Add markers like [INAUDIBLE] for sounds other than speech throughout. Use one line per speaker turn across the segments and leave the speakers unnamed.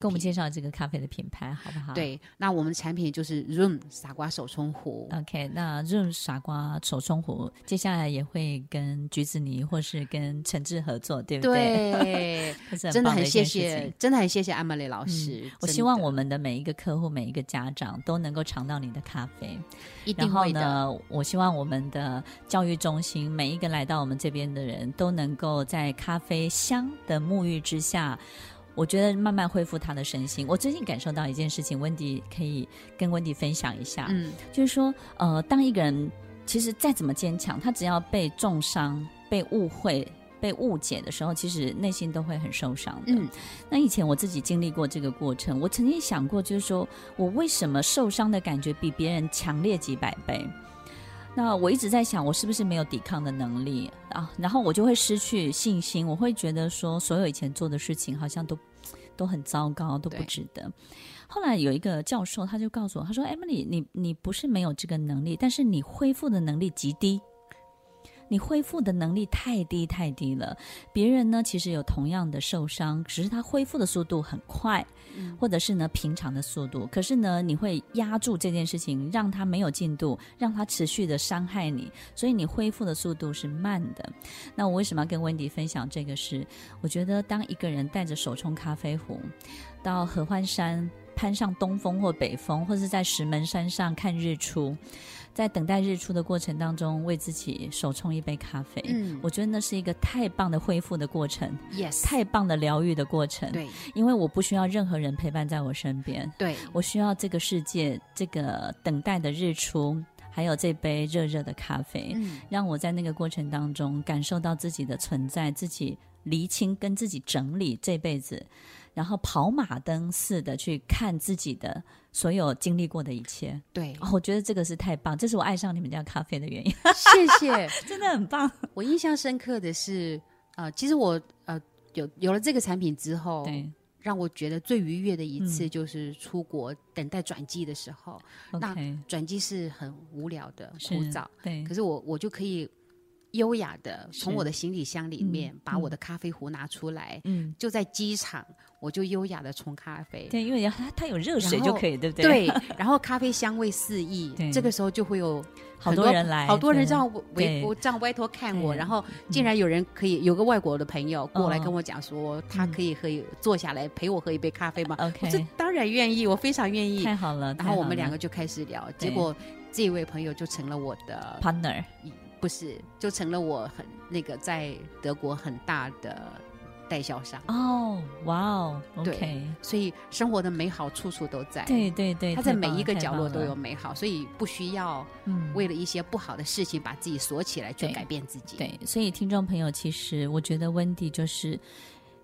跟我们介绍这个咖啡的品牌好不好？
对，那我们产品就是 Room 傻瓜手冲壶。
OK，那润傻瓜手冲壶，接下来也会跟橘子泥或是跟陈志合作，对不对？
对，
这 [LAUGHS] 是
真的
棒
很
一
谢
件事
谢
情。，嗯
真的很谢谢安玛丽老师。
我
真
希望
的
我们的每一个客户、每一个家长都能够尝到你的咖啡。
一
然
定
后
会的。
呢，我希望我们的教育中心每一个来到我们这边的人都能够在咖啡香的沐浴之下。我觉得慢慢恢复他的身心。我最近感受到一件事情，温迪可以跟温迪分享一下。
嗯，
就是说，呃，当一个人其实再怎么坚强，他只要被重伤、被误会、被误解的时候，其实内心都会很受伤的。
嗯，
那以前我自己经历过这个过程，我曾经想过，就是说我为什么受伤的感觉比别人强烈几百倍？那我一直在想，我是不是没有抵抗的能力啊？然后我就会失去信心，我会觉得说，所有以前做的事情好像都都很糟糕，都不
对
值得。后来有一个教授，他就告诉我，他说：“Emily，你你不是没有这个能力，但是你恢复的能力极低，你恢复的能力太低太低了。别人呢，其实有同样的受伤，只是他恢复的速度很快，或者是呢平常的速度。可是呢，你会压住这件事情，让他没有进度，让他持续的伤害你，所以你恢复的速度是慢的。那我为什么要跟温迪分享这个事？我觉得当一个人带着手冲咖啡壶到合欢山。攀上东峰或北峰，或是在石门山上看日出，在等待日出的过程当中，为自己手冲一杯咖啡，
嗯
哎我觉得那是一个太棒的恢复的过程，
，yes，
太棒的疗愈的过程。，
对
因为我不需要任何人陪伴在我身边，
对，
我需要这个世界，这个等待的日出，还有这杯热热的咖啡，
嗯，
让我在那个过程当中感受到自己的存在，自己厘清跟自己整理这辈子，然后跑马灯似的去看自己的所有经历过的一切。 [LAUGHS]
对，
哦，我觉得这个是太棒，这是我爱上你们家咖啡的原因， [LAUGHS]
谢谢。
真的很棒。
我印象深刻的是，呃，其实我呃有有了这个产品之后，
对嗯
让我觉得最愉悦的一次就是出国等待转机的时候，那
，OK，
转机是很无聊的、
是
枯燥，
对
可，是我我就可以优雅的从
是
我的行李箱里面
嗯
把我的咖啡壶拿出来，
嗯。
就在机场我就优雅的冲咖啡。
对，因为它它有热
然
水就
后
可以，对不对？，
然后咖啡香味四溢
对，
这个时候就会有
好
很
多人来，
好多人
对
这样围
对
我这样歪头看我，
对嗯
然后竟然有人可以有个外国的朋友过来跟我讲说，他可以喝一坐下来陪我喝一杯咖啡吗？我这
，OK，
当然愿意，我非常愿意。
太好了。
然后我们两
个
个就开始聊，
对
结果这位朋友就成了我的
partner，
不是，就成了我很那个在德国很大的代销商，
哦，哇哦
对
，OK，
所以生活的美好处处都在。
对对对，
他在
太
每
棒
一
了
个
太
角落
棒
都
了
有美好，所以不需要
嗯，
为了一些不好的事情把自己锁起来去
对
改变自己。
对，所以听众朋友，其实我觉得温迪就是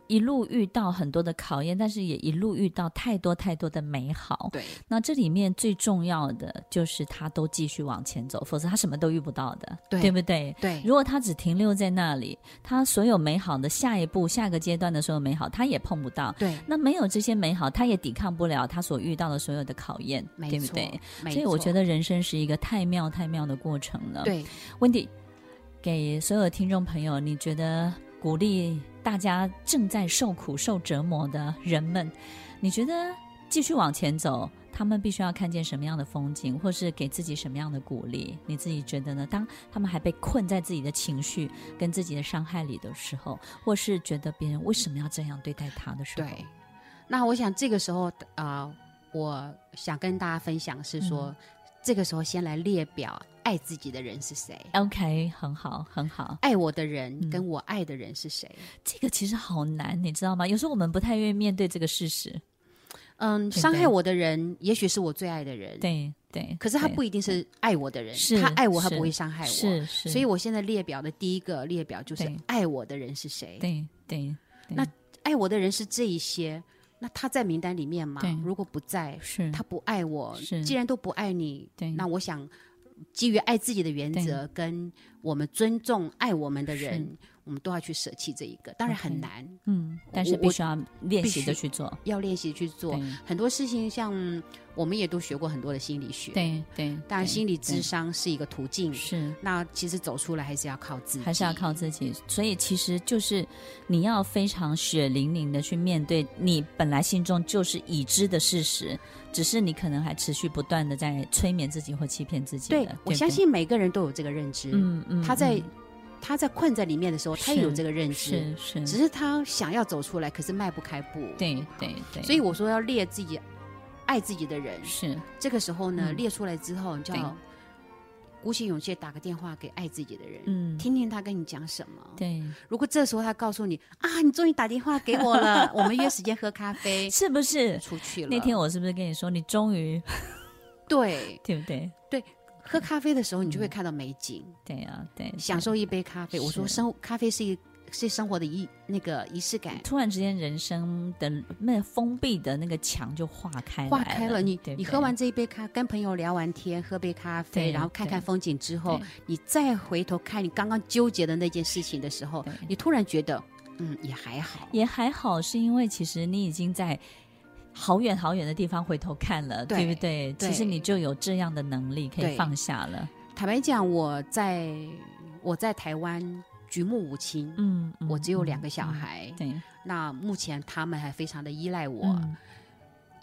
一路遇到很多的考验，但是也一路遇到太多太多的美好。
对
那这里面最重要的就是他都继续往前走，否则他什么都遇不到的，
对
不对？
对
如果他只停留在那里，他所有美好的下一步、下个阶段的所有美好，他也碰不到。
对，
那没有这些美好，他也抵抗不了他所遇到的所有的考验，
没
对不
错，
对？
没
所以我
错
觉得人生是一个太妙太妙的过程了。
对
温迪，给所有的听众朋友，你觉得鼓励大家正在受苦、受折磨的人们，你觉得继续往前走，他们必须要看见什么样的风景，或是给自己什么样的鼓励？你自己觉得呢？当他们还被困在自己的情绪跟自己的伤害里的时候，或是觉得别人为什么要这样对待他的时候，
对。那我想这个时候啊、呃我想跟大家分享是说，
嗯
这个时候先来列表爱自己的人是谁，
，OK，很好，很好。
爱我的人
嗯
跟我爱的人是谁。
这个其实好难，你知道吗？有时候我们不太愿意面对这个事实。
嗯，
对
伤害我的人也许是我最爱的人，
对对，
可是他
对
不一定是爱我的人
是，
他爱我，他
是
不会伤害我。
是是，
所以我现在列表的第一个列表就是
对
爱我的人是谁？
对对
爱我的人是这一些，那他在名单里面吗
对？
如果不在，
是，
哎他不爱我，
是嗯
既然都不爱你，
对
那我想基于爱自己的原则，跟我们尊重爱我们的人，我们都要去舍弃这一个，当然很
OK
难
嗯，但是
我
必须要练
必
习的
须
去做，
要练习去做
对
很多事情像，我们也都学过很多的心理学，，
对对，
当
对
然心理
对
智商是一个途径，
是
那其实走出来还是要靠自己，
还是要靠自己。所以其实就是你要非常血淋淋的去面对你本来心中就是已知的事实，只是你可能还持续不断的在催眠自己或欺骗自己的。
对
对不
我
对
相，信每个人都有这个认知，
嗯嗯，
他在、
嗯
他在困在里面的时候，他
是
也有这个认知，
是是，
只是他想要走出来，可是迈不开步，，
对对对，
所以我说要列自己爱自己的人，
是
这个时候呢，
嗯
列出来之后，你就
对
要鼓起勇气打个电话给爱自己的人，
嗯，
听听他跟你讲什么。
对，
如果这时候他告诉你啊，你终于打电话给
[LAUGHS]
我了，我们约时间喝咖啡，
是不是？
出去了。
那天我是不是跟你说，你终于 [LAUGHS]
对
对不对？
喝咖啡的时候，你就
嗯
会看到美景，
对啊，对，对
享受一杯咖啡。我说
是
生咖啡是一是生活的仪那个仪式感，
突然之间，人生的那封闭的那个墙就化开来
化开了。你
对不
你
对
喝完这一杯咖，跟朋友聊完天，喝杯咖
对
啡，然后看看
对
风景之后
对，
你再回头看你刚刚纠结的那件事情的时候
对，
你突然觉得，嗯，也还好。
也还好，是因为其实你已经在好远好远的地方回头看了，
对
不对？
对
其实你就有这样的能力可以
对
放下了。
坦白讲，我在我在台湾举目无亲，
嗯，嗯
我只有两
嗯
个小孩，
对，
那目前他们还非常的依赖我。
嗯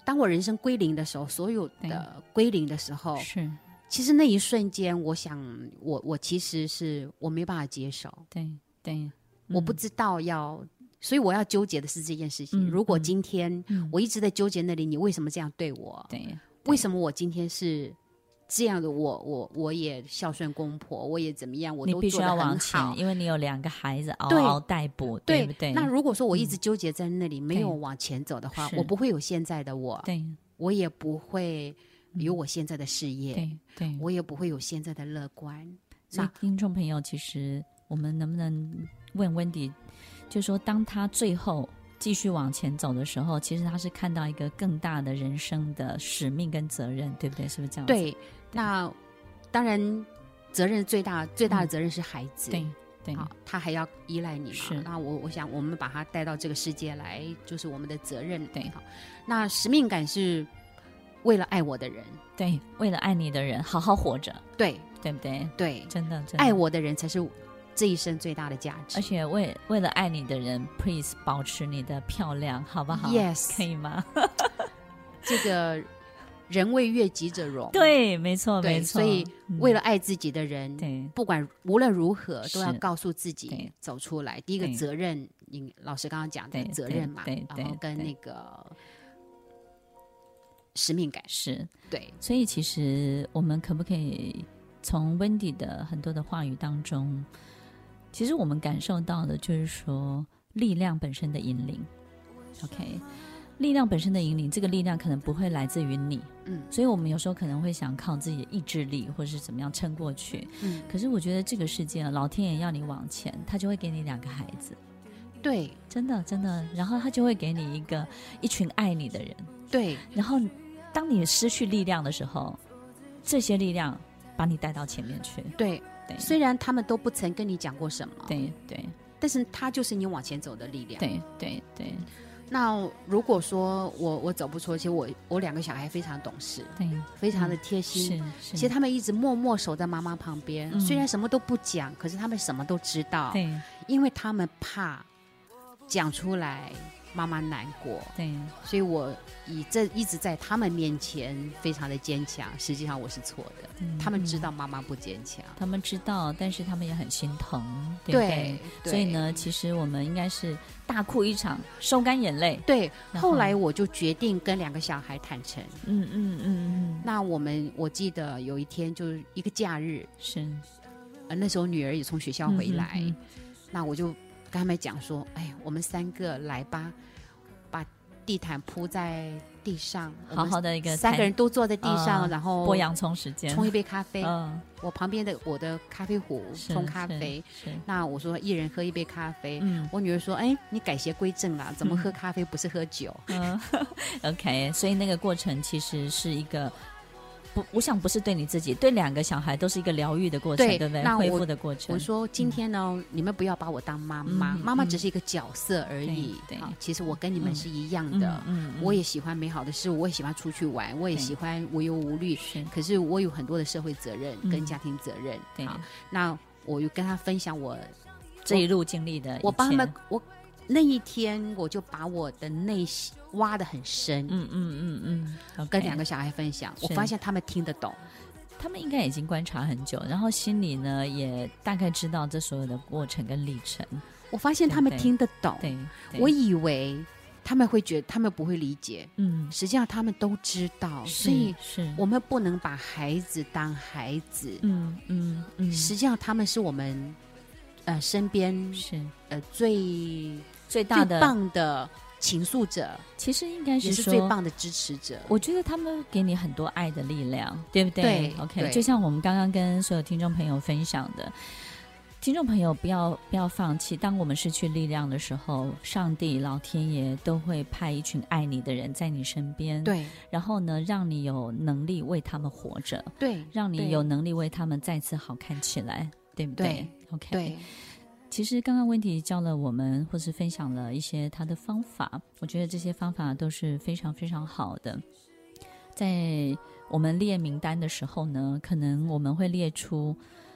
当我人生归零的时候，所有的归零的时候，
是
其实那一瞬间，我想，我我其实是我没办法接受，
对对，
我不
嗯
知道要，所以我要纠结的是这件事
嗯
情。如果
嗯
今天
嗯
我一直在纠结那里，你为什么这样对我？
对
为什么我今天是？这样的我，我我也孝顺公婆，我也怎么样，我
你
都
必须
做
要
得
往
很
前，
好。
因为你有两个孩子嗷
对
嗷待哺，
对
不对？嗯
那如果说我一直纠结在那里，没有
对
往前走的话，
是
我不会有现在的我，
对嗯
我也不会有我现在的事业，
对对，
我也不会有现在的乐观。
所以
那
听众朋友，其实我们能不能问温迪，就说当他最后继续往前走的时候，其实他是看到一个更大的人生的使命跟责任，对不对？是不是这样子？
对，那当然，责任最大最大的责任是孩子，
嗯对对
好，他还要依赖你
是
嘛。那我我想，我们把他带到这个世界来，就是我们的责任。
对
好，那使命感是为了爱我的人，
对，为了爱你的人好好活着，
对
对不对？
对，
真的，哎真的
爱。我的人才是这一生最大的价值
而。且为为了爱你的人，please 保持你的漂亮，好不好
Yes
可以吗？
这个人为悦己者容，，
对，没错，
对
没错。
所以为
了
了爱自己的人，
对
不管无论如何都要
是
告诉自
对
己走出来。第一个
对
责任，你老师刚刚讲的
对
责
对
任嘛
对，对
然后跟
对
那个使命感，
是
对，
所以其实我们可不可以从 Wendy 的很多的话语当中，其实我们感受到的就是说力量本身的引领。OK，力量本身的引领，这个力量可能不会来自于你，
嗯
所以我们有时候可能会想靠自己的意志力或是怎么样撑过去。
嗯，
可是我觉得这个世界，老天爷要你往前，他就会给你两个孩子，
对
真的真的，然后他就会给你一个一群爱你的人。
对
然后，当你失去力量的时候，这些力量把你带到前面去。
对。
对，
虽然他们都不曾跟你讲过什么，，
对对
但是它就是你往前走的力量。
对对对
那如果说我我走不出去，我我两个小孩非常懂事，
对，
非常的贴心，
嗯是是，
其实他们一直默默守在妈妈旁边，
嗯
虽然什么都不讲，可是他们什么都知道，
对
因为他们怕讲出来妈妈难过，
对
所以我以这一直在他们面前非常的坚强，实际上我是错的，
嗯
他们知
嗯
道妈妈不坚强，
他们知道，但是他们也很心疼，对不
对，对
所以，呢，其实我们应该是大哭一场，收干眼泪。
对，
然
后
后
来我就决定跟两个小孩坦诚。
嗯嗯嗯嗯，
那我们我记得有一天就是一个假日，
是
呃，那时候女儿也从学校回来，
嗯嗯
那我就跟他们讲说，哎，我们三个来吧，把地毯铺在地上，我
好
们
嗯好的一个
三个人都坐在地上，
啊
然后
剥洋葱时间，
冲一杯咖啡。
嗯，
我旁边的我的咖啡壶
是
冲咖啡，
是，
那我说一人喝一杯咖啡。
嗯，
我女儿说：“哎，你改邪归正啦，怎么
嗯
喝咖啡不是喝酒？
嗯，OK，所以那个过程其实是一个不，我想不是对你自己，对两个小孩都是一个疗愈的过程，对
对
不对？
那
恢
我
复的过程
我。说今天呢，你们不要把我当妈妈，
嗯
妈妈
嗯
只是一个角色而已。
对对
啊其实我跟你们是一样
嗯
的，
嗯，嗯
我也喜欢美好的事物，我也喜欢出去玩，我也
对
喜欢无忧无虑。
是
可是我有很多的社会责任
嗯
跟家庭责任。
对
啊那我又跟他分享我，
这一路经历的一切，
我帮他们，我那一天我就把我的内心挖得很深。
嗯，嗯嗯嗯，
跟两
个，
个小孩分享，我
是
发现他们听得懂，
他们应该已经观察很久，然后心里呢也大概知道这所有的过程跟历程。
我发现他们
对对
听得懂。
对，对
我以为他们会觉得他们不会理解，
嗯，
实际上他们都知道，
是
所以
是，
我们不能把孩子当孩子。
嗯嗯嗯，
实际上他们是我们呃身边
是
呃最
最大
最
的，
棒的倾诉者，
其实应该
也是
说
最。棒的支持者。
我觉得他们给你很多爱的力量，对不
对
o k
对
就像我们刚刚跟所有听众朋友分享的，听众朋友不要不要放弃。当我们失去力量的时候，上帝、老天爷都会派一群爱你的人在你身边，，
对
然后呢，让你有能力为他们活着，
对
让
对
你有能力为他们再次好看起来，对不？OK，
对
其实刚刚温迪教了我们，或是分享了一些他的方法，我觉得这些方法都是非常非常好的。在我们列名单的时候呢，可能我们会列出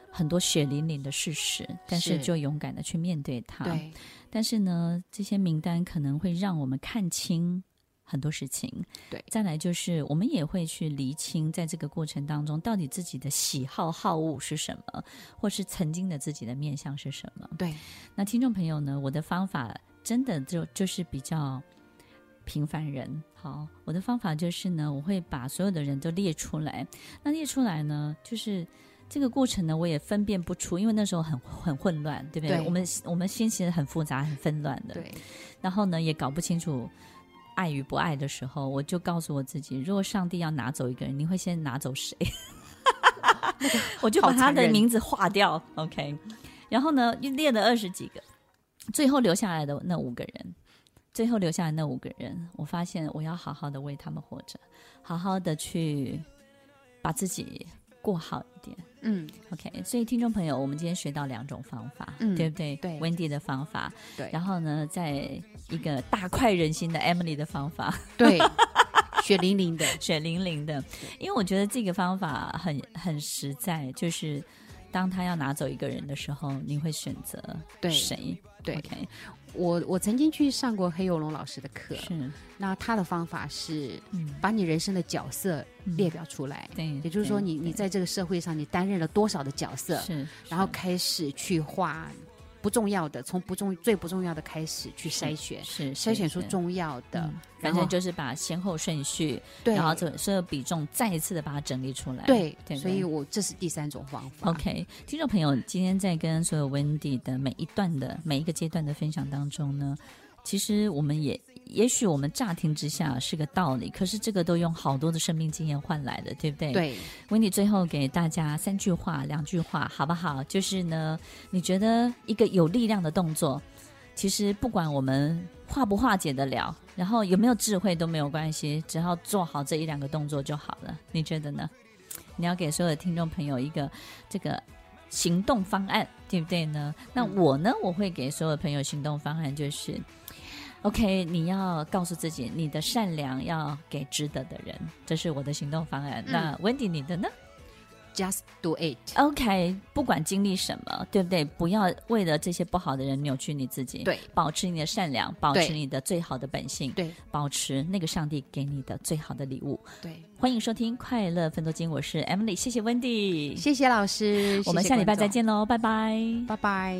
很多血淋淋的事实，但是
是
就勇敢的去面对它。
对
但是呢，这些名单可能会让我们看清很多事情。
对
再来就是我们也会去厘清，在这个过程当中，到底自己的喜好好恶是什么，或是曾经的自己的面相是什么。
对
那听众朋友呢，我的方法真的就就是比较平凡人。好，我的方法就是呢，我会把所有的人都列出来。那列出来呢，就是这个过程呢，我也分辨不出，因为那时候很很混乱，对不对？
对
我们我们心其实很复杂、很纷乱的。
对
然后呢，也搞不清楚爱与不爱的时候，我就告诉我自己，如果上帝要拿走一个人，你会先拿走谁？ [LAUGHS] 我就把他的名字划掉，OK。然后呢，又列了二十几个，最后留下来的那五个人，最后留下来那五个人，我发现我要好好的为他们活着，好好的去把自己过好一点。
嗯
OK，所以听众朋友，我们今天学到两种方法，
嗯
对不对？
对
温蒂的方法，
对
然后呢，在一个大快人心的 Emily 的方法，
对， [LAUGHS] 血淋淋的，
血淋淋的，因为我觉得这个方法很很实在，就是当他要拿走一个人的时候，你会选择
对
谁？
对
o k
我我曾经去上过黑游龙老师的课，
是，
那他的方法是
嗯，
把你人生的角色
嗯
列表出来，
对，
也就是说
对
你，你
对
在这个社会上你担任了多少的角色，
是，
然后
是
开始去画不重要的，从不重最不重要的开始去筛选，
是
筛选
是
出
是
重要的，
嗯反
然后
正就是把先后顺序，
对
然后这所有比重再一次的把它整理出来，
对
对不
所以
对
我这是第三种方法。
OK，听众朋友，今天在跟所有 Wendy 的每一段的每一个阶段的分享当中呢，其实我们也，也许我们乍听之下是个道理，可是这个都用好多的生命经验换来的，对不对？。
对
Wendy 最后给大家三句话、两句话，好不好？就是呢，你觉得一个有力量的动作，其实不管我们化不化解得了，然后有没有智慧都没有关系，只要做好这一两个动作就好了。你觉得呢？你要给所有的听众朋友一个这个行动方案，对不对呢？那我呢，我会给所有朋友行动方案，就是，OK，你要告诉自己，你的善良要给值得的人，这是我的行动方案。
嗯
那 Wendy 你的呢
，just do it，、
？OK，不管经历什么，对不对？不要为了这些不好的人扭曲你自己，，
对
保持你的善良，保持
对
你的最好的本性，
对
保持那个上帝给你的最好的礼物。
对，
欢迎收听《快乐奋斗经》，我是 Emily，谢谢 Wendy，
谢谢老师，
我们
谢谢
下礼拜
观
再
众，
见喽，拜拜。
拜拜。